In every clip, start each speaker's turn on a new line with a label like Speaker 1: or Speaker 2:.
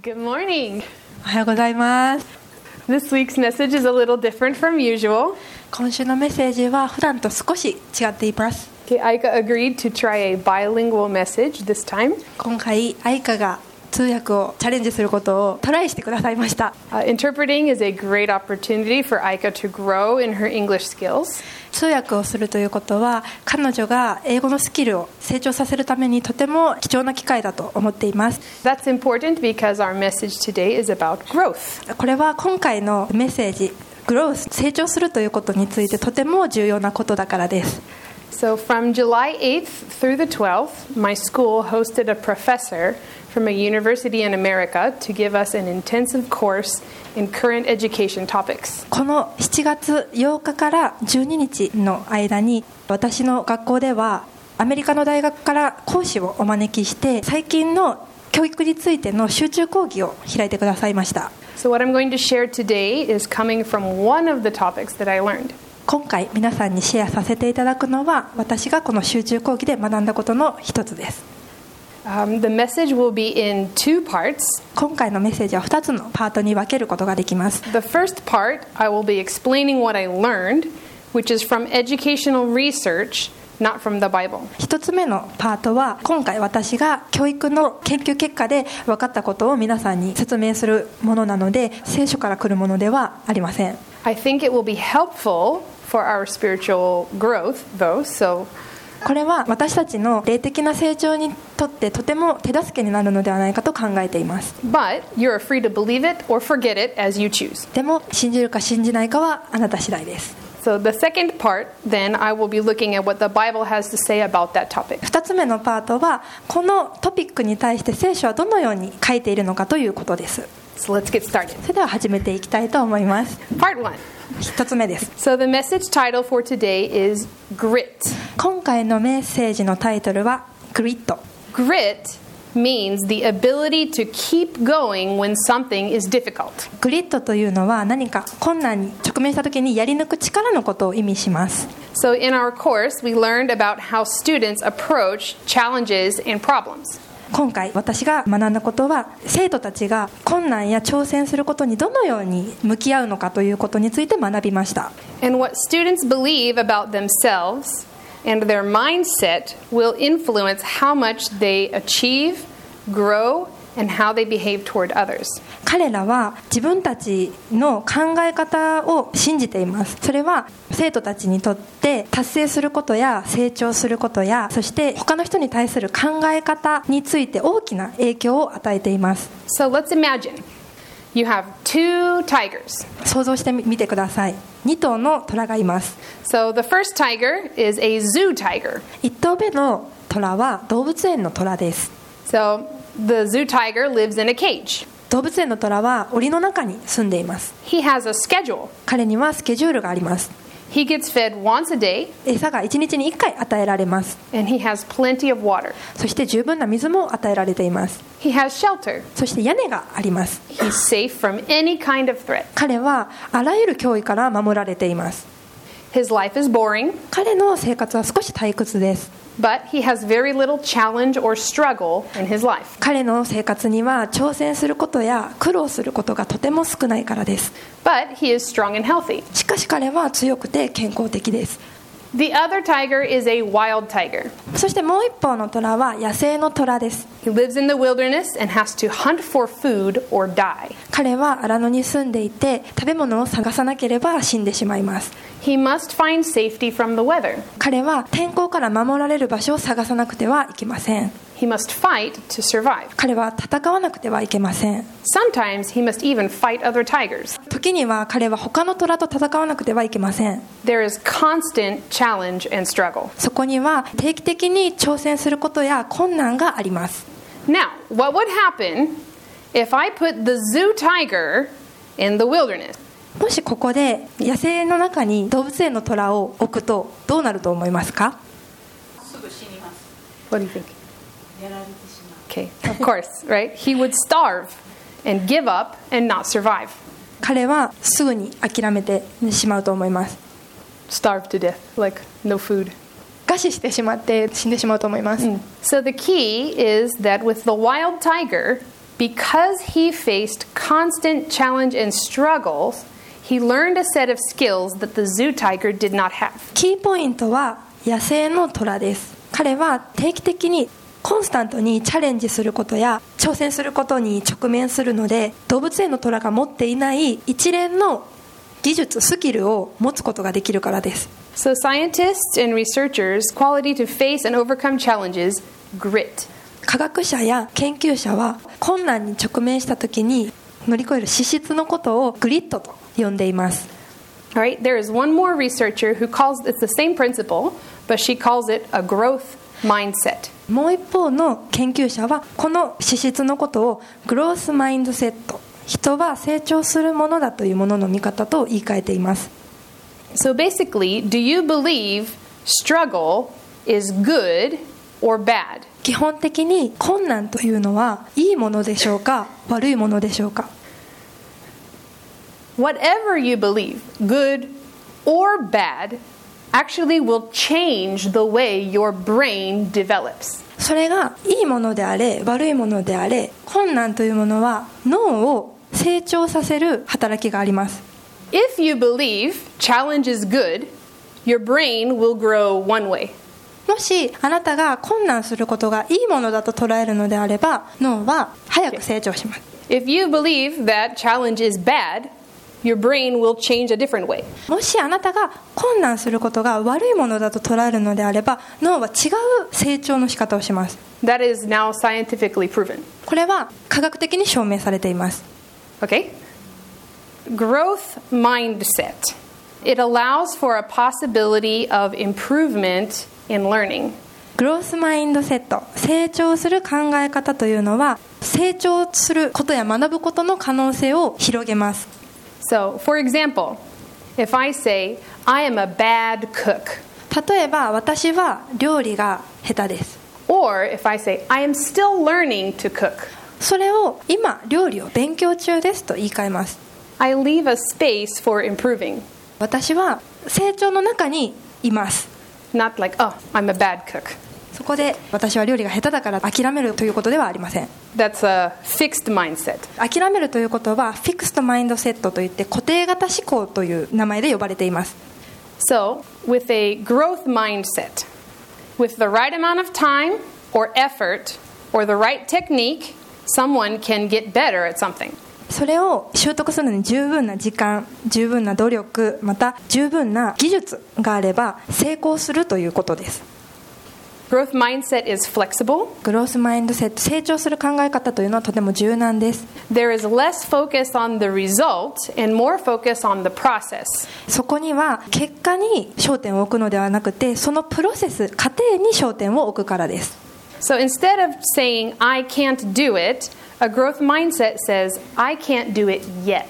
Speaker 1: Good morning.
Speaker 2: おはようございます
Speaker 1: This week's message is a little different from usual.
Speaker 2: 今週のメッセージは普段と少し違っています
Speaker 1: Okay, Aika agreed to try a bilingual message this time.
Speaker 2: 今回愛花が通訳をチャレンジすることをトライしてくださいました
Speaker 1: Uh, interpreting is a great opportunity for Aika to grow in her English skills.
Speaker 2: 通訳をするということは彼女が英語のスキルを成長させるためにとても貴重な機会だと思っています
Speaker 1: That's important because our message today is about growth.
Speaker 2: これは今回のメッセージグロース成長するということについてとても重要なことだからです
Speaker 1: So, from July 8th through the 12th, my school hosted a professor from a university in America to give us an intensive course in current education topics.
Speaker 2: この7月8日から12日の間に私の学校ではアメリカの大学から講師をお招きして最近の教育についての集中講義を開いてくださいました
Speaker 1: So, what I'm going to share today is coming from one of the topics that I learned.
Speaker 2: 今回皆さんにシェアさせていただくのは私がこの集中講義で学んだことの一つです
Speaker 1: Um, the message will be in two parts.
Speaker 2: 今回のメッセージは2つのパートに分けることができます
Speaker 1: The first part, I will be explaining what I learned, which is from educational research, not from the Bible.
Speaker 2: 1つ目のパートは今回私が教育の研究結果で分かったことを皆さんに説明するものなので聖書から来るものではありません
Speaker 1: I think it will be helpful for our spiritual growth, though, so
Speaker 2: これは私たちの霊的な成長にとってとても手助けになるのではないかと考えています
Speaker 1: but you're free to believe it or forget it as you choose.
Speaker 2: でも信じるか信じないかはあなた次第です
Speaker 1: So, the second part, then, I will be looking at what the Bible has to say about that topic.
Speaker 2: 2つ目のパートはこのトピックに対して聖書はどのように書いているのかということです
Speaker 1: So, let's get started.
Speaker 2: それでは始めていきたいと思います
Speaker 1: Part one.
Speaker 2: 1つ目です
Speaker 1: So, the message title for today is Grit.
Speaker 2: 今回のメッセージのタイトルは「グリッド」
Speaker 1: Grit means the ability to keep going when something is difficult.
Speaker 2: グリッドというのは何か困難に直面した時にやり抜く力のことを意味します
Speaker 1: So, in our course, we learned about how students approach challenges and problems.
Speaker 2: 今回私が学んだことは生徒たちが困難や挑戦することにどのように向き合うのかということについて学びました
Speaker 1: And what students believe about themselves and their mindset will influence how much they achieve, grow, and how they behave toward others.
Speaker 2: 彼らは自分たちの考え方を信じていますそれは生徒たちにとって達成することや成長することやそして他の人に対する考え方について大きな影響を与えています
Speaker 1: So, let's imagine you have two tigers.
Speaker 2: 想像してみてください2頭の虎がいます
Speaker 1: So, the first tiger is a zoo tiger.
Speaker 2: 1頭目の虎は動物園の虎です
Speaker 1: So the zoo tiger lives in a cage.
Speaker 2: 動物園の虎は檻の中に住んでいます
Speaker 1: He has a schedule.
Speaker 2: 彼にはスケジュールがあります
Speaker 1: He gets fed once a day
Speaker 2: 餌が1日に1回与えられます
Speaker 1: and he has plenty of water.
Speaker 2: そして十分な水も与えられています
Speaker 1: He has shelter.
Speaker 2: そして屋根があります
Speaker 1: He's safe from any kind of threat.
Speaker 2: 彼はあらゆる脅威から守られています
Speaker 1: His life is boring,
Speaker 2: 彼の生活は少し退屈です
Speaker 1: but he has very little challenge or struggle in his life.
Speaker 2: 彼の生活には挑戦することや苦労することがとても少ないからです
Speaker 1: But he is strong and healthy.
Speaker 2: しかし彼は強くて健康的です
Speaker 1: The other tiger is a wild tiger.
Speaker 2: そしてもう一方の虎は野生の虎です
Speaker 1: He lives in the wilderness and has to hunt for food or die.
Speaker 2: 彼は荒野に住んでいて食べ物を探さなければ死んでしまいます
Speaker 1: He must find safety from the weather.
Speaker 2: 彼は天候から守られる場所を探さなくてはいけません
Speaker 1: He must fight to survive.
Speaker 2: 彼は戦わなくてはいけません
Speaker 1: Sometimes he must even fight other tigers.
Speaker 2: 時には彼は他の虎と戦わなくてはいけません
Speaker 1: There is constant challenge and struggle.
Speaker 2: そこには定期的に挑戦することや困難があります
Speaker 1: Now, what would happen if I put the zoo tiger in the wilderness?
Speaker 2: もしここで野生の中に動物園の虎を置くとどうなると思いますか
Speaker 1: What do you think? Okay, of course, right? He would starve and give up and not survive.
Speaker 2: 彼はすぐに諦めてしまうと思います
Speaker 1: Starve to death, like no food.
Speaker 2: 餓死してしまって死んでしまうと思います、
Speaker 1: So the key is that with the wild tiger, Because he faced constant challenge and struggles, he learned a set of skills that the zoo tiger did not have.
Speaker 2: キーポイントは野生の虎です彼は定期的にコンスタントにチャレンジすることや挑戦することに直面するので動物園の虎が持っていない一連の技術スキルを持つことができるからです
Speaker 1: So, scientists and researchers' quality to face and overcome challenges grit.
Speaker 2: 科学者や研究者は困難に直面した時に乗り越える資質のことをグリッドと呼んでいます
Speaker 1: All right, there is one more researcher who calls it's the same principle, but she calls it a growth mindset.
Speaker 2: もう一方の研究者はこの資質のことをグロースマインドセット人は成長するものだというものの見方と言い換えています
Speaker 1: So basically, do you believe struggle is good or bad?
Speaker 2: 基本的に困難というのはいいものでしょうか悪いものでしょうか
Speaker 1: Whatever you believe, good or bad, actually will change the way your brain develops.
Speaker 2: それがいいものであれ悪いものであれ困難というものは脳を成長させる働きがあります
Speaker 1: If you believe challenge is good, your brain will grow one way.
Speaker 2: もしあなたが困難することがいいものだと捉えるのであれば脳は早く成長します
Speaker 1: If you believe that challenge is bad, your brain will change a different way.
Speaker 2: もしあなたが困難することが悪いものだと捉えるのであれば脳は違う成長の仕方をします
Speaker 1: That is now scientifically proven.
Speaker 2: これは科学的に証明されています
Speaker 1: Okay? Growth mindset. It allows for a possibility of improvement in learning.
Speaker 2: グロースマインドセット成長する考え方というのは成長することや学ぶことの可能性を広げます
Speaker 1: So, for example, if I say, I am a bad cook,
Speaker 2: 例えば私は料理が下手です
Speaker 1: or if I say, I am still learning to cook,
Speaker 2: それを今料理を勉強中ですと言い換えます
Speaker 1: I leave a space for improving.
Speaker 2: 私は成長の中にいます
Speaker 1: Not like, oh, I'm a bad cook.
Speaker 2: そこで私は料理が下手だから諦めるということではありません
Speaker 1: That's a fixed mindset.
Speaker 2: 諦めるということはフィクストマインドセットといって固定型思考という名前で呼ばれています
Speaker 1: So, with a growth mindset, with the right amount of time or effort or the right technique, someone can get better at something.
Speaker 2: それを習得するのに十分な時間十分な努力また十分な技術があれば成功するということです
Speaker 1: Growth mindset is flexible.
Speaker 2: グロースマインドセット成長する考え方というのはとても柔軟です
Speaker 1: There is less focus on the result and more focus on the process.
Speaker 2: そこには結果に焦点を置くのではなくてそのプロセス過程に焦点を置くからです
Speaker 1: So instead of saying, I can't do it, a growth mindset says, I can't do it yet.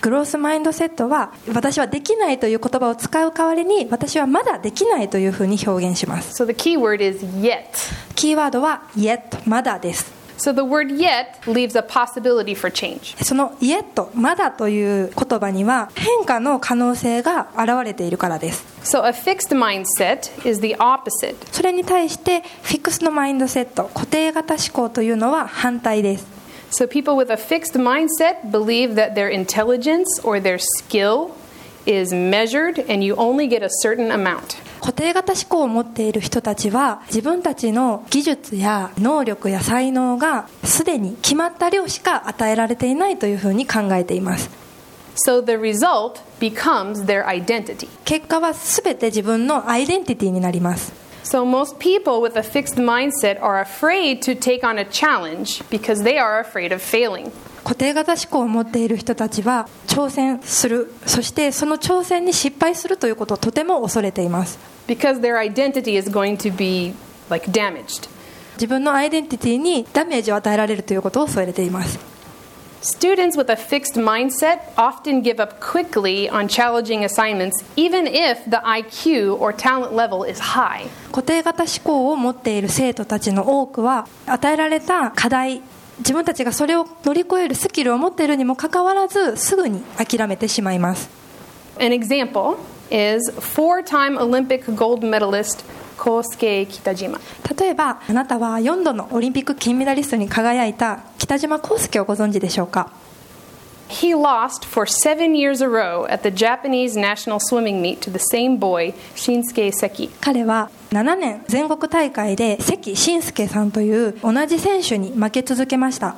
Speaker 2: グロースマインドセットは私はできないという言葉を使う代わりに私はまだできないというふうに表現します
Speaker 1: So the key word is yet.
Speaker 2: キーワードは yet まだです
Speaker 1: So the word yet leaves a possibility for change.
Speaker 2: その yet まだという言葉には変化の可能性が現れているからです
Speaker 1: So a fixed mindset is the opposite.
Speaker 2: それに対してフィックスのマインドセット固定型思考というのは反対です
Speaker 1: So people with a fixed mindset believe that their intelligence or their skill is measured and you only get a certain amount.
Speaker 2: 固定型思考を持っている人たちは自分たちの技術や能力や才能がすでに決まった量しか与えられていないというふうに考えています
Speaker 1: So the result becomes their identity.
Speaker 2: 結果は全て自分のアイデンティティになります
Speaker 1: So most people with a fixed mindset are afraid to take on a challenge because they are afraid of failing.
Speaker 2: 固定型思考を持っている人たちは挑戦するそしてその挑戦に失敗するということをとても恐れています
Speaker 1: Because their identity is going to be like damaged.
Speaker 2: 自分のアイデンティティにダメージを与えられるということを恐れています
Speaker 1: Students with a fixed mindset often give up quickly on challenging assignments, even if the IQ or talent level is high.
Speaker 2: 固定型思考を持っている生徒たちの多くは与えられた課題自分たちがそれを乗り越えるスキルを持っているにもかかわらずすぐに諦めてしまいます
Speaker 1: An example is four time Olympic gold medalist 康介北島
Speaker 2: 例えばあなたは4度のオリンピック金メダリストに輝いた北島康介をご存知でしょうか
Speaker 1: He lost for seven years a row at the Japanese national swimming meet to the same boy, Shinsuke Seki.
Speaker 2: 彼は7年全国大会で関信介さんという同じ選手に負け続けました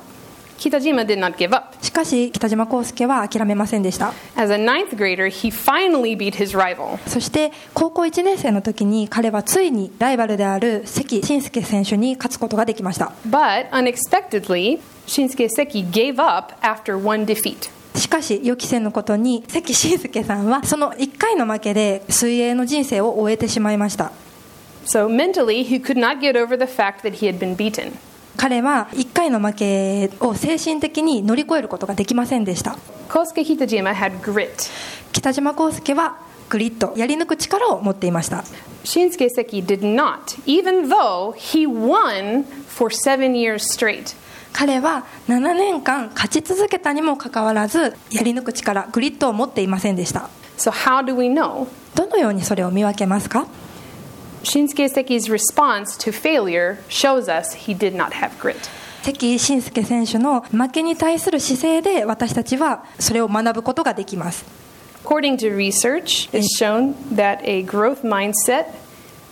Speaker 1: Kitajima did not give up.
Speaker 2: しかし北島康介は諦めませんでした
Speaker 1: As a ninth grader, he finally beat his rival.
Speaker 2: そして高校1年生の時に彼はついにライバルである関信介選手に勝つことができました
Speaker 1: But unexpectedly, Shinsuke Seki gave up after one defeat.
Speaker 2: しかし予期せぬことに関信介さんはその1回の負けで水泳の人生を終えてしまいました
Speaker 1: So mentally, he could not get over the fact that he had been beaten.
Speaker 2: 彼は1回の負けを精神的に乗り越えることができませんでした
Speaker 1: Kosuke Kitajima had grit.
Speaker 2: 北島康介はグリッとやり抜く力を持っていました
Speaker 1: Shinsuke Seki did not, even though he won for seven years straight.
Speaker 2: 彼は7年間勝ち続けたにもかかわらずやり抜く力グリッドを持っていませんでした
Speaker 1: So, how do we know?
Speaker 2: どのようにそれを見分けますか
Speaker 1: Shinsuke Seki's response to failure shows us he did not have grit.
Speaker 2: 関信介選手の負けに対する姿勢で私たちはそれを学ぶことができます
Speaker 1: According to research, it's shown that a growth mindset,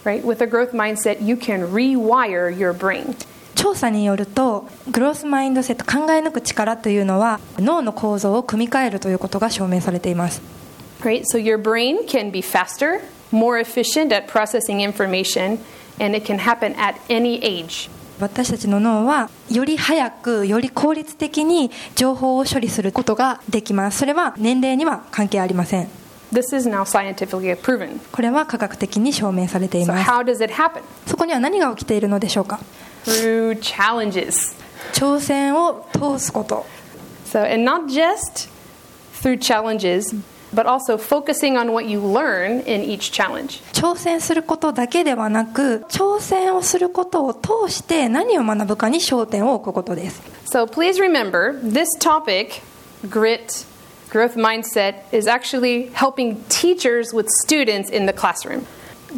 Speaker 1: right, with a growth mindset, you can rewire your brain.
Speaker 2: 調査によるとグロースマインドセット考え抜く力というのは脳の構造を組み替えるということが証明されています
Speaker 1: Right? So your brain can be faster, more efficient at processing information, and it can happen at any age.
Speaker 2: 私たちの脳はより早くより効率的に情報を処理することができますそれは年齢には関係ありません
Speaker 1: This is now scientifically proven.
Speaker 2: これは科学的に証明されてい
Speaker 1: So
Speaker 2: ます
Speaker 1: how does it happen?
Speaker 2: そこには何が起きているのでしょうか
Speaker 1: Through challenges.
Speaker 2: 挑戦を通すこと
Speaker 1: So, and not just through challenges, but also focusing on what you learn in each challenge.
Speaker 2: 挑戦することだけではなく挑戦をすることを通して何を学ぶかに焦点を置くことです
Speaker 1: So, please remember this topic, grit, growth mindset, is actually helping teachers with students in the classroom.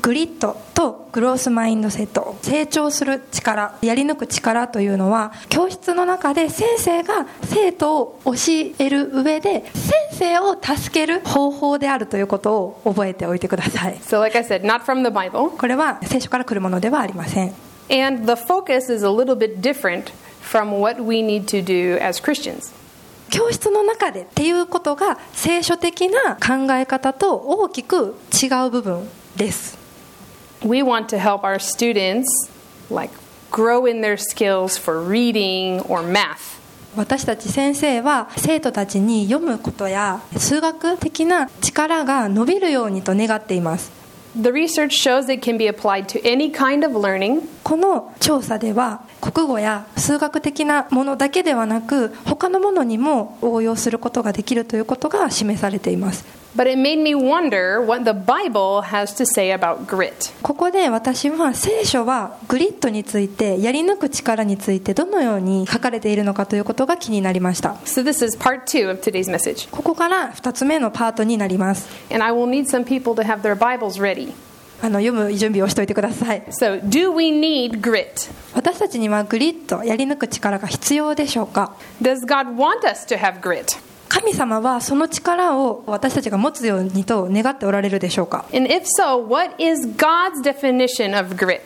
Speaker 2: グリッドとグロースマインドセット成長する力やり抜く力というのは教室の中で先生が生徒を教える上で先生を助ける方法であるということを覚えておいてください
Speaker 1: So, like I said, not from the Bible.
Speaker 2: これは聖書から来るものではありません
Speaker 1: And the focus is a little bit different from what we need to do as Christians.
Speaker 2: 教室の中でっていうことが聖書的な考え方と大きく違う部分です
Speaker 1: We want to help our students like grow in their skills for reading or math.
Speaker 2: 私たち先生は生徒たちに読むことや数学的な力が伸びるようにと願っています
Speaker 1: The research shows it can be applied to any kind of learning,
Speaker 2: この調査では国語や数学的なものだけではなく他のものにも応用することができるということが示されています
Speaker 1: but it made me wonder what the Bible has to say about grit.
Speaker 2: ここで私は聖書はグリッドについてやり抜く力についてどのように書かれているのかということが気になりました
Speaker 1: So, this is part two of today's message,
Speaker 2: ここから2つ目のパートになります
Speaker 1: and I will need some people to have their Bibles ready.
Speaker 2: あの読む準備をしておいてください
Speaker 1: So, do we need grit?
Speaker 2: 私たちにはグリッドやり抜く力が必要でしょうか
Speaker 1: Does God want us to have grit?
Speaker 2: 神様はその力を私たちが持つようにと願っておられるでしょうか
Speaker 1: And if so, what is God's definition of grit?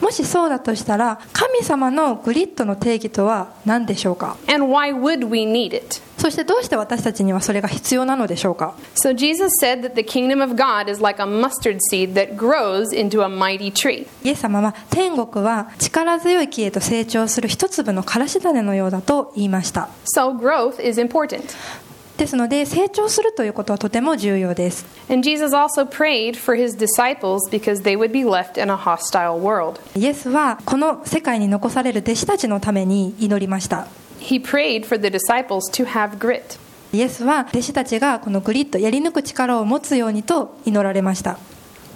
Speaker 2: もしそうだとしたら神様のグリッドの定義とは何でしょうか
Speaker 1: And why would we need it?
Speaker 2: そしてどうして私たちにはそれが必要なのでしょうか
Speaker 1: So, Jesus said that the kingdom of God is like a mustard seed that grows into a mighty tree.
Speaker 2: イエス様は天国は力強い木へと成長する一粒のからし種のようだと言いました
Speaker 1: So, growth is important.
Speaker 2: ですので成長するということはとても重要です
Speaker 1: And Jesus also prayed for his disciples because they would be left in a hostile world.
Speaker 2: イエスはこの世界に残される弟子たちのために祈りました
Speaker 1: He prayed for the disciples to have grit.
Speaker 2: イエスは弟子たちがこのグリッドやり抜く力を持つようにと祈られました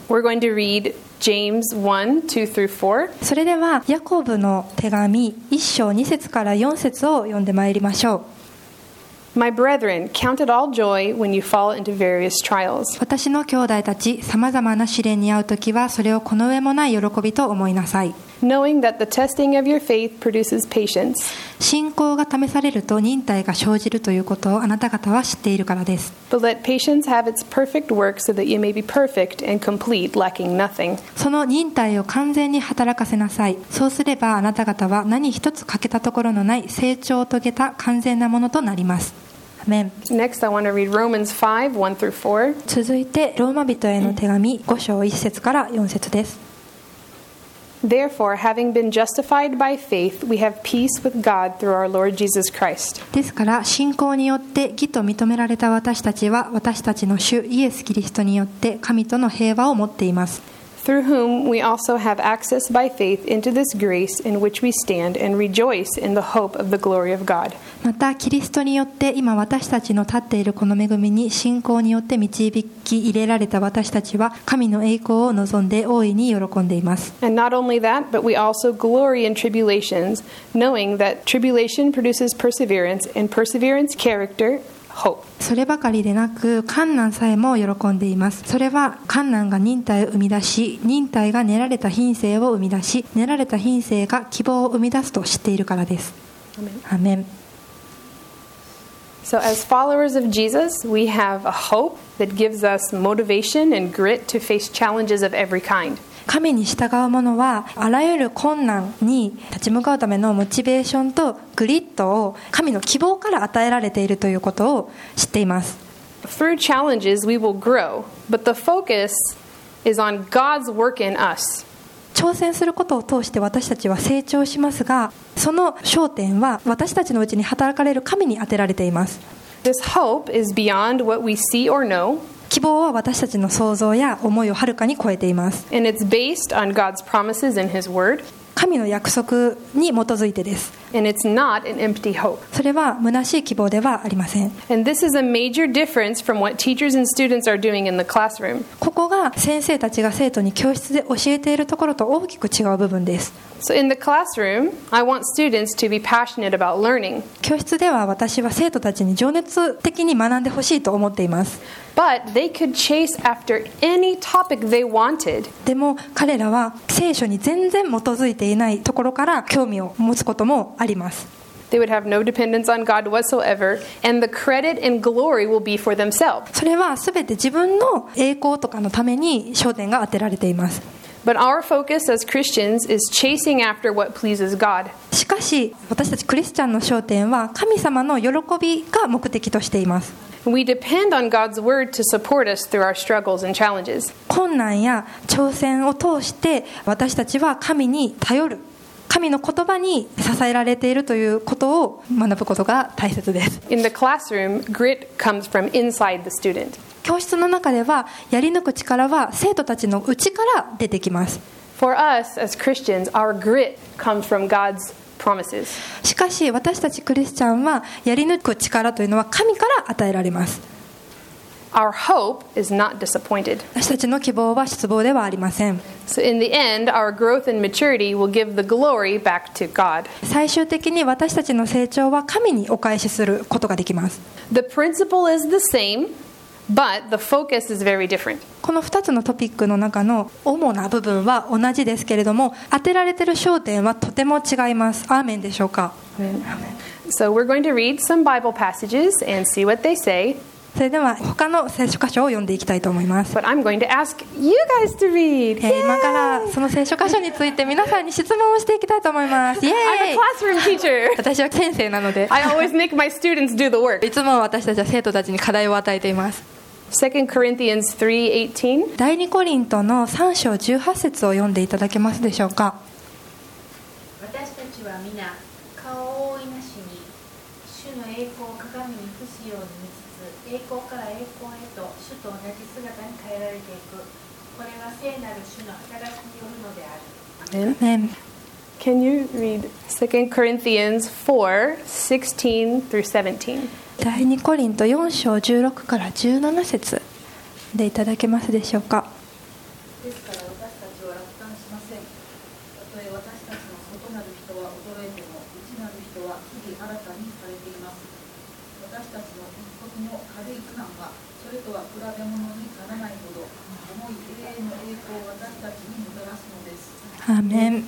Speaker 1: We're going to read James 1 2 through 4.
Speaker 2: それではヤコブの手紙1章2節から4節を読んでまいりましょう
Speaker 1: My brethren, count it all joy when you fall into various trials,
Speaker 2: 私の兄弟たち、さまざまな試練に遭うときは、それをこの上もない喜びと思いなさい。
Speaker 1: knowing that the testing of your faith produces patience.
Speaker 2: 信仰が試されると忍耐が生じるということをあなた方は知っているからです。
Speaker 1: But let patience have its perfect work so that you may be perfect and complete, lacking nothing.
Speaker 2: その忍耐を完全に働かせなさい。そうすればあなた方は何一つ欠けたところのない成長を遂げた完全なものとなります。アメン
Speaker 1: Next, I want to read Romans 5 1 through 4.
Speaker 2: 続いてローマ人への手紙5章1節から4節です。
Speaker 1: Therefore, having been justified by faith, we have peace with God through our Lord Jesus Christ.
Speaker 2: ですから信仰によって義と認められた私たちは私たちの主イエス・キリストによって神との平和を持っています。
Speaker 1: Through whom we also have access by faith into this grace in which we stand and rejoice in the hope of the glory of God.
Speaker 2: またキリストによって今私たちの立っているこの恵みに信仰によって導き入れられた私たちは神の栄光を望んで大いに喜んでいます
Speaker 1: And not only that, but we also glory in tribulations, knowing that tribulation produces perseverance, and perseverance, character, hope.
Speaker 2: そればかりでなく観難さえも喜んでいますそれは観難が忍耐を生み出し忍耐が練られた品性を生み出し練られた品性が希望を生み出すと知っているからですアメン
Speaker 1: So, as followers of Jesus, we have a hope that gives us motivation and grit to face challenges of every kind.
Speaker 2: 神に従う者はあらゆる困難に立ち向かうためのモチベーションとグリッドを神の希望から与えられているということを知っています
Speaker 1: Through challenges, we will grow, but the focus is on God's work in us.
Speaker 2: 挑戦することを通して私たちは成長しますがその焦点は私たちのうちに働かれる神に当てられています
Speaker 1: This hope is beyond what we see or know,
Speaker 2: 希望は私たちの想像や思いをはるかに超えています
Speaker 1: and it's based on God's promises in His Word,
Speaker 2: 神の約束に基づいてです
Speaker 1: and it's not an empty hope.
Speaker 2: それは虚しい希望ではありません
Speaker 1: And this is a major difference from what teachers and students are doing in the classroom.
Speaker 2: ここが先生たちが生徒に教室で教えているところと大きく違う部分です
Speaker 1: So, in the classroom, I want students to be passionate about learning,
Speaker 2: 教室では私は生徒たちに情熱的に学んでほしいと思っています
Speaker 1: but they could chase after any topic they wanted
Speaker 2: でも彼らは聖書に全然基づいていないところから興味を持つこともあります
Speaker 1: They would have no dependence on God whatsoever, and the credit and glory will be for themselves.
Speaker 2: それは全て自分の栄光とかのために焦点が当てられています
Speaker 1: But our focus as Christians is chasing after what pleases God.
Speaker 2: しかし私たちクリスチャンの焦点は神様の喜びが目的としています
Speaker 1: We depend on God's word to support us through our struggles and challenges.
Speaker 2: 困難や挑戦を通して私たちは神に頼る神の言葉に支えられているということを学ぶことが大切です
Speaker 1: In the classroom, grit comes from inside the student.
Speaker 2: 教室の中ではやり抜く力は生徒たちの内から出てきます
Speaker 1: For us as Christians, our grit comes from God's promises.
Speaker 2: しかし私たちクリスチャンはやり抜く力というのは神から与えられます
Speaker 1: Our hope is not disappointed.
Speaker 2: 私たちの希望は失望ではありません
Speaker 1: So, in the end, our growth and maturity will give the glory back to God.
Speaker 2: 最終的に私たちの成長は神にお返しすることができます
Speaker 1: The principle is the same, but the focus is very different.
Speaker 2: この2つのトピックの中の主な部分は同じですけれども当てられている焦点はとても違いますアーメンでしょうか
Speaker 1: So we're going to read some Bible passages and see what they say,
Speaker 2: それでは他の聖書箇所を読んでいきたいと思います、
Speaker 1: but I'm going to ask you guys to read.
Speaker 2: えー
Speaker 1: Yay!
Speaker 2: 今からその聖書箇所について皆さんに質問をしていきたいと思いますイエー
Speaker 1: I'm a
Speaker 2: イ
Speaker 1: classroom teacher.
Speaker 2: 私は先生なので
Speaker 1: I always make my students do the work.
Speaker 2: いつも私たちは生徒たちに課題を与えています
Speaker 1: 2 Corinthians 3:18.
Speaker 2: 第2コリントの3章18節を読んでいただけますでしょうか
Speaker 3: 私たちは皆顔を覆いなしに主の栄光を鏡に伏すように見つつ栄光から栄光へと主と同じ姿に変えられていくこれは聖なる主の働きによるのである
Speaker 2: Amen
Speaker 1: Can you read 2 Corinthians 4:16 through 17?
Speaker 2: 第2コリント4章16から17節でいただけますでしょうか
Speaker 3: ですから私たちは落胆しませんたとえ私たちの外なる人は衰えても内なる人は日々新たにされています私た
Speaker 4: たちの独特の軽い苦難はそれとは比べ物にならないほど重い永遠の栄光を私たちにもたらすのです。
Speaker 2: アーメン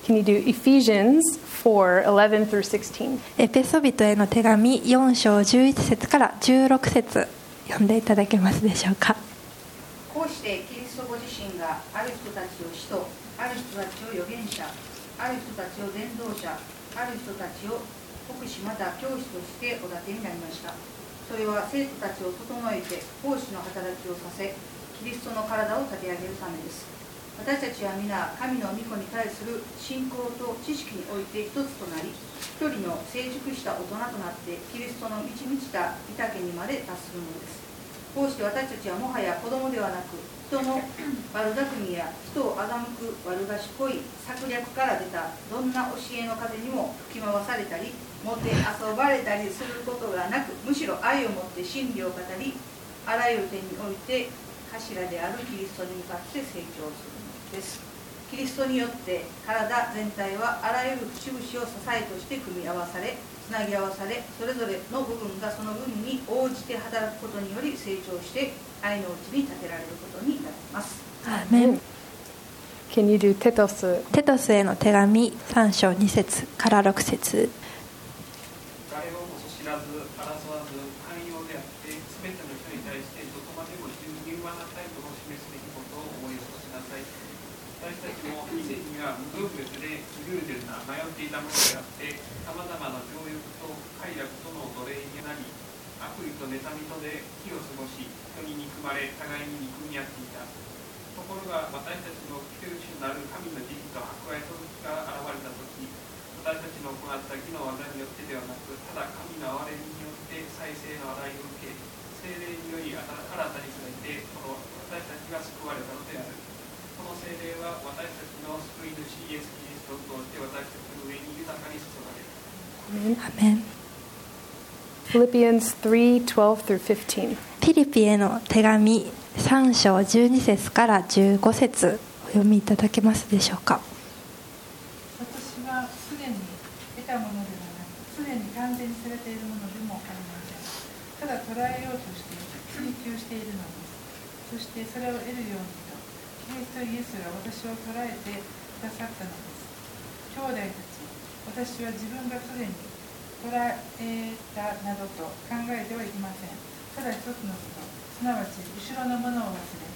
Speaker 1: Can you do Ephesians 4 11 through 16?
Speaker 2: エペソビトへの手紙4章11節から16節読んでいただけますでしょうか
Speaker 5: こうしてキリストご自身がある人たちを使徒ある人たちを預言者ある人たちを伝道者ある人たちを牧師また教師としてお立てになりましたそれは生徒たちを整えて奉仕の働きをさせキリストの体を立て上げるためです私たちは皆神の御子に対する信仰と知識において一つとなり一人の成熟した大人となってキリストの満ち満ちた御丈にまで達するのですこうして私たちはもはや子供ではなく人の悪巧みや人を欺く悪賢い策略から出たどんな教えの風にも吹き回されたりもて遊ばれたりすることがなくむしろ愛を持って真理を語りあらゆる点において柱であるキリストに向かって成長するのですキリストによって体全体はあらゆる節々を支えとして組み合わされつなぎ合わされそれぞれの部分がその部分に応じて働くことにより成長して愛のうちに立てられることになります
Speaker 2: アーメン
Speaker 1: Can you do Tetos
Speaker 2: テトスへの手紙3章2節から6節
Speaker 6: 誰をも知らず争わず寛容であって全ての人に対してどこまでも柔和な態度を示すべきことを思い起こしなさい私たちも以前には無分別でグルーデルな迷っていたものであってさまざまな情欲と快楽との奴隷になり悪意と妬みとで火を過ごし人に憎まれ互いに憎み合っていたところが私たちの救主なる神の慈悲と博愛との気が現れた時私たちの行った義の技によってではなくただ神の憐れみによって再生の話題を受け精霊により新たにされてこの私たちが救われたのであるこの精霊は私たちの救い主イエス・キリストを通して私たちの上に豊かに注がれる
Speaker 2: アーメン
Speaker 1: Philippians 3 12 through 15?
Speaker 2: フィリピへの手紙3章12節から15節お読みいただけますでしょうか
Speaker 4: 私はすでに得たものではなくすでに完全にされているものでもありませんただ捉えようとして追求しているのですそしてそれを得るようにとキリストイエスが私を捉えてくださったのです兄弟たち私は自分がすでに捉えたなどと考えてはいませんただ一つのことすなわち後ろのものを忘れ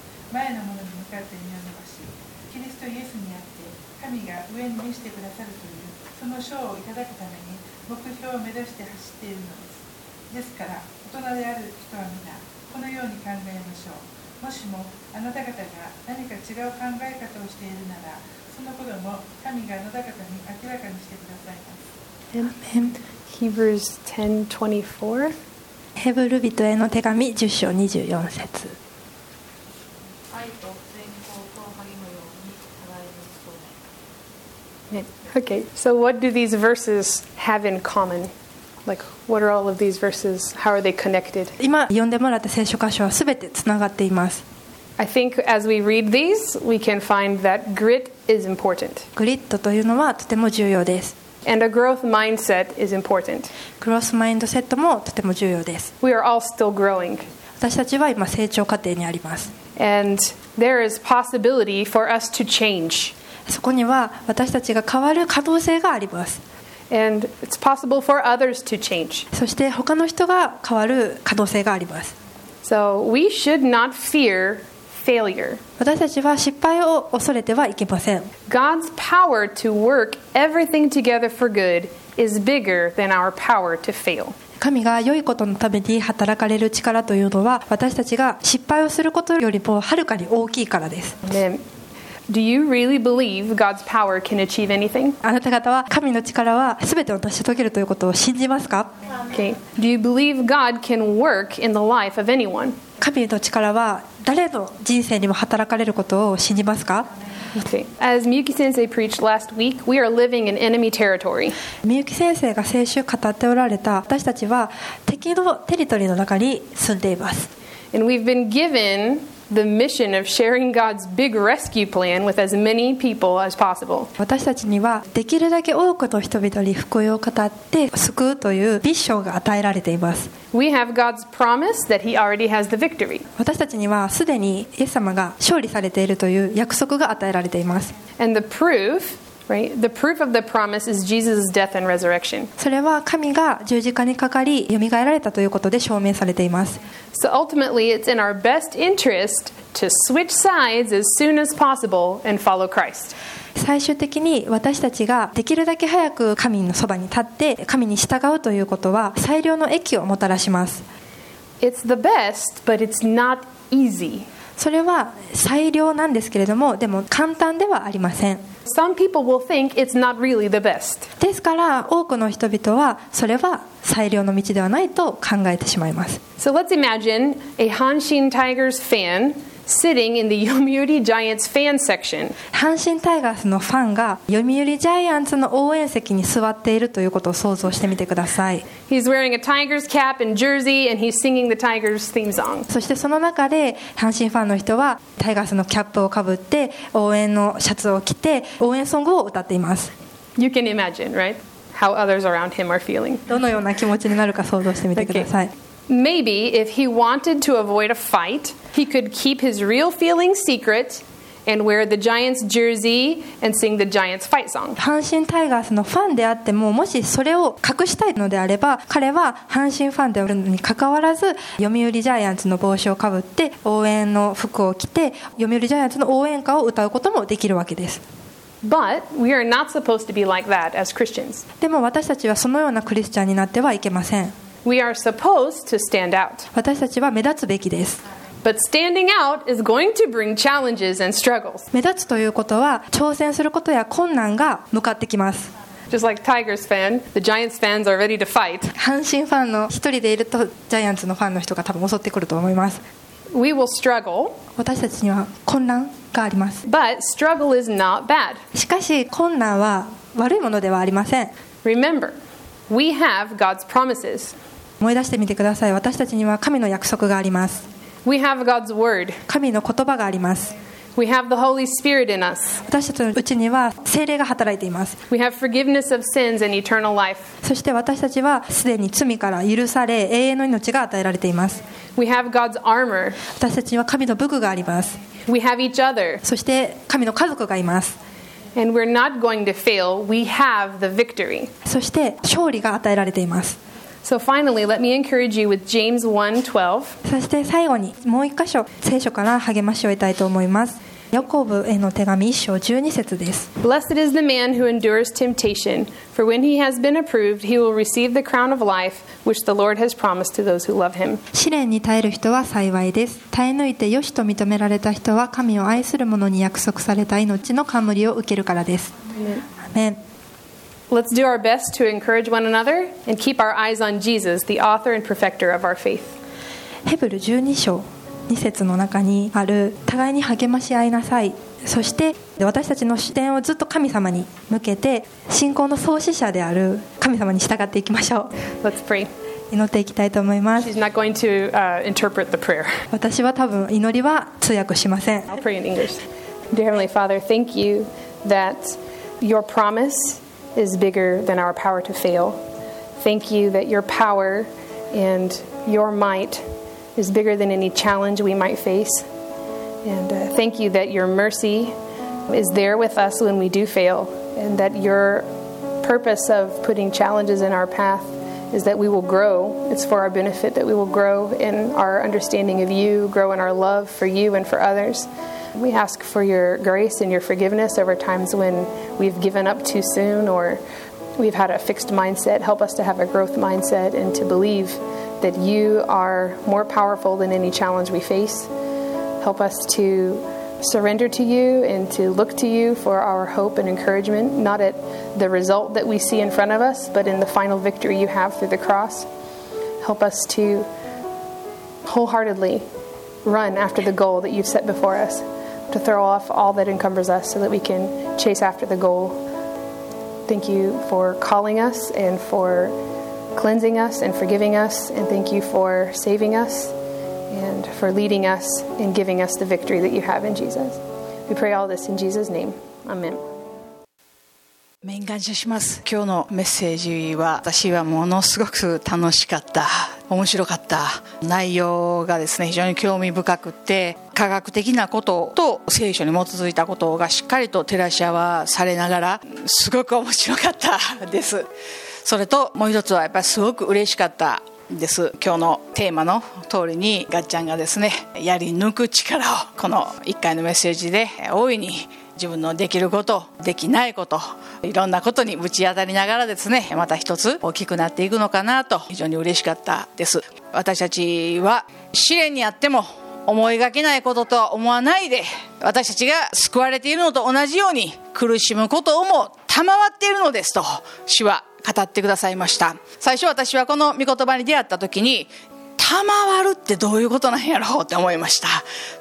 Speaker 4: 前のものに向かって身を伸ばしキリストイエスにあって神が上に見せてくださるというその賞をいただくために目標を目指して走っているのですですから大人である人は皆このように考えましょうもしもあなた方が何か違う考え方をしているならそのことも神があなた方に明らかにしてくださいます
Speaker 1: Hebrews 10 24?
Speaker 2: ヘブル人への手紙10章24節
Speaker 3: 愛と善行と励むように互いに努め
Speaker 1: Okay, so what do these verses have in common? Like, what are all of these verses? How are they connected?
Speaker 2: 今読んでもらった聖書箇所は全てつながっています
Speaker 1: I think as we read these, we can find that grit is important
Speaker 2: グリッドというのはとても重要です
Speaker 1: and a growth mindset is important.
Speaker 2: クロスマインドセットもとても重要です
Speaker 1: We are all still growing,
Speaker 2: 私たちは今成長過程にあります
Speaker 1: and there is possibility for us to change.
Speaker 2: そこには私たちが変わる可能性があります
Speaker 1: And it's possible for others to change.
Speaker 2: そして他の人が変わる可能性があります
Speaker 1: So we should not fear failure.
Speaker 2: 私たちは失敗を恐れてはいけません
Speaker 1: God's power to work everything together for good is bigger than our power to fail.
Speaker 2: 神が良いことのために働かれる力というのは私たちが失敗をすることよりもはるかに大きいからです
Speaker 1: Amen. Do you really believe God's power can achieve anything?
Speaker 2: あなた方は神の力は全てを成し遂げるということを信じますか
Speaker 1: Okay. Do you believe God can work in the life of anyone?
Speaker 2: 神の力は誰の人生にも働かれることを信じますか
Speaker 1: Okay. As Miyuki Sensei preached last week, we are living in enemy territory.
Speaker 2: みゆき先生が先週語っておられた私たちは敵のテリトリーの中に住んでいます
Speaker 1: And we've been given the mission of sharing God's big rescue plan with as many people as possible.
Speaker 2: 私たちにはできるだけ多くの人々に福音を語って救うというミッションが与えられています
Speaker 1: We have God's promise that He already has the victory.
Speaker 2: 私たちにはすでにイエス様が勝利されているという約束が与えられています
Speaker 1: And the proof, right? The proof of the promise is Jesus' death and resurrection.
Speaker 2: それは神が十字架にかかり蘇られたということで証明されています
Speaker 1: So ultimately, it's in our best interest to switch sides as soon as possible and follow Christ.
Speaker 2: 最終的に私たちができるだけ早く神のそばに立って神に従うということは最良の益をもたらします
Speaker 1: It's the best, but it's not easy.
Speaker 2: それは最良なんですけれどもでも簡単ではありません
Speaker 1: Some people will think it's not really the best.
Speaker 2: ですから多くの人々はそれは最良の道ではないと考えてしまいます
Speaker 1: So let's imagine a Hanshin Tigers fan sitting in the Yomiuri Giants fan section.
Speaker 2: 阪神タイガースのファンが読売ジャイアンツの応援席に座っているということを想像してみてください
Speaker 1: He's wearing a Tigers cap and jersey, and he's singing the Tigers theme song.
Speaker 2: そしてその中で阪神ファンの人はタイガースのキャップをかぶって応援のシャツを着て応援ソングを歌っています
Speaker 1: You can imagine, right? How others around him are feeling.
Speaker 2: どのような気持ちになるか想像してみてくださ い、
Speaker 1: Maybe if he wanted to avoid a fight, he could keep his real feelings secret and wear the Giants jersey and sing the Giants fight song.
Speaker 2: 阪神タイガースのファンであってももしそれを隠したいのであれば彼は阪神ファンであるのにかかわらず読売ジャイアンツの帽子をかぶって応援の服を着て読売ジャイアンツの応援歌を歌うこともできるわけです
Speaker 1: But we are not supposed to be like that as Christians.
Speaker 2: でも私たちはそのようなクリスチャンになってはいけません
Speaker 1: We are supposed to stand out.
Speaker 2: 私たちは目立つべきです
Speaker 1: But standing out is going to bring challenges and struggles,
Speaker 2: 目立つということは挑戦することや困難が向かってきます
Speaker 1: just like Tigers fan. The Giants fans are ready to fight.
Speaker 2: 阪神ファンの一人でいるとジャイアンツのファンの人が多分襲ってくると思います
Speaker 1: We will struggle,
Speaker 2: 私たちには混乱があります
Speaker 1: but struggle is not bad.
Speaker 2: しかし困難は悪いものではありません
Speaker 1: Remember, we have God's promises.
Speaker 2: 思い出してみてください私たちには神の約束があります
Speaker 1: We have God's word.
Speaker 2: 神の言葉があります
Speaker 1: We have the Holy Spirit in us.
Speaker 2: 私たちのうちには精霊が働いています
Speaker 1: We have forgiveness of sins and eternal life.
Speaker 2: そして私たちはすでに罪から許され永遠の命が与えられています
Speaker 1: We have God's armor.
Speaker 2: 私たちには神の武具があります
Speaker 1: We have each other.
Speaker 2: そして神の家族がいます
Speaker 1: And we're not going to fail. We have the victory.
Speaker 2: そして勝利が与えられています
Speaker 1: So finally, let me encourage you with James 1:12.
Speaker 2: そして最後にもう一箇所聖書から励ましを得たいと思いますヤコブへの手紙1章12節です
Speaker 1: Blessed is the man who endures temptation, for when he has been approved, he will receive the crown of life which the Lord has promised to those who love him.
Speaker 2: 試練に耐える人は幸いです耐え抜いて良しと認められた人は神を愛する者に約束された命の冠を受けるからですアメン
Speaker 1: Let's do our best to encourage one another and keep our eyes on Jesus, the author and perfecter of our faith.
Speaker 2: ヘブル12章2節の中にある「互いに励まし合いなさい」そして私たちの視点をずっと神様に向けて信仰の創始者である神様に従っていきましょ
Speaker 1: Let's pray.
Speaker 2: う祈っていきたいと思います
Speaker 1: She's not going to uh, interpret the prayer.
Speaker 2: 私は多分祈りは通訳しません
Speaker 1: I'll pray in English. Dear Heavenly Father, thank you that your promise is bigger than our power to fail. Thank you that your power and your might is bigger than any challenge we might face. And uh, thank you that your mercy is there with us when we do fail, and that your purpose of putting challenges in our path is that we will grow. It's for our benefit that we will grow in our understanding of you, grow in our love for you and for others. We ask for your grace and your forgiveness over times when we've given up too soon or we've had a fixed mindset. Help us to have a growth mindset and to believe that you are more powerful than any challenge we face. Help us to surrender to you and to look to you for our hope and encouragement, not at the result that we see in front of us, but in the final victory you have through the cross. Help us to wholeheartedly run after the goal that you've set before us, to throw off all that encumbers us so that we can chase after the goal. Thank you for calling us and for cleansing us and forgiving us, and thank you for saving us and for leading us and giving us the victory that you have in Jesus. We pray all this in Jesus' name. Amen.
Speaker 5: 面感謝します今日のメッセージは私はものすごく楽しかった面白かった内容がですね非常に興味深くて科学的なことと聖書に基づいたことがしっかりと照らし合わされながらすごく面白かったですそれともう一つはやっぱりすごく嬉しかったです今日のテーマの通りにガッちゃんがですねやり抜く力をこの1回のメッセージで大いに自分のできることできないこといろんなことにぶち当たりながらですねまた一つ大きくなっていくのかなと非常に嬉しかったです私たちは試練にあっても思いがけないこととは思わないで私たちが救われているのと同じように苦しむことをも賜っているのですと主は語ってくださいました最初私はこの御言葉に出会った時に賜るってどういうことなんやろうって思いました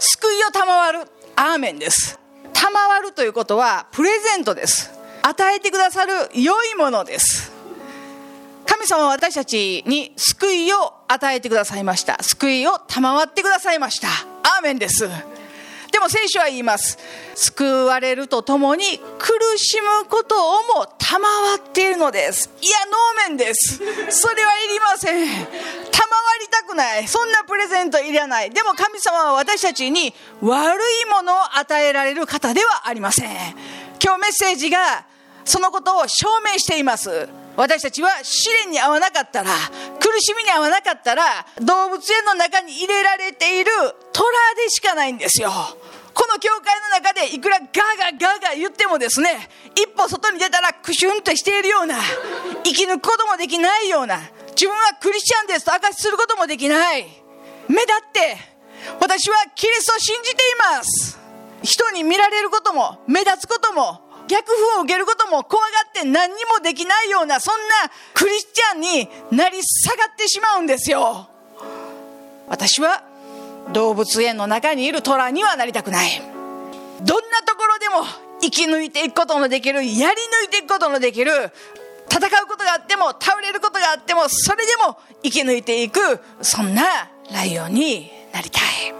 Speaker 5: 救いを賜るアーメンです賜るということはプレゼントです与えてくださる良いものです神様は私たちに救いを与えてくださいました救いを賜ってくださいましたアーメンですでも聖書は言います救われるとともに苦しむことをも賜っているのですいやノーメンですそれはいりません賜りたくないそんなプレゼントいらないでも神様は私たちに悪いものを与えられる方ではありません今日メッセージがそのことを証明しています私たちは試練に遭わなかったら苦しみに遭わなかったら動物園の中に入れられている虎でしかないんですよこの教会の中でいくらガーガーガーガー言ってもですね一歩外に出たらクシュンとしているような生き抜くこともできないような自分はクリスチャンですと証しすることもできない目立って私はキリストを信じています人に見られることも目立つことも逆風を受けることも怖がって何にもできないようなそんなクリスチャンになり下がってしまうんですよ私は動物園の中にいる虎にはなりたくないどんなところでも生き抜いていくことのできるやり抜いていくことのできる戦うことがあっても倒れることがあってもそれでも生き抜いていくそんなライオンになりたい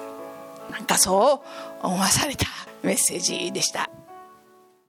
Speaker 5: なんかそう思わされたメッセージでした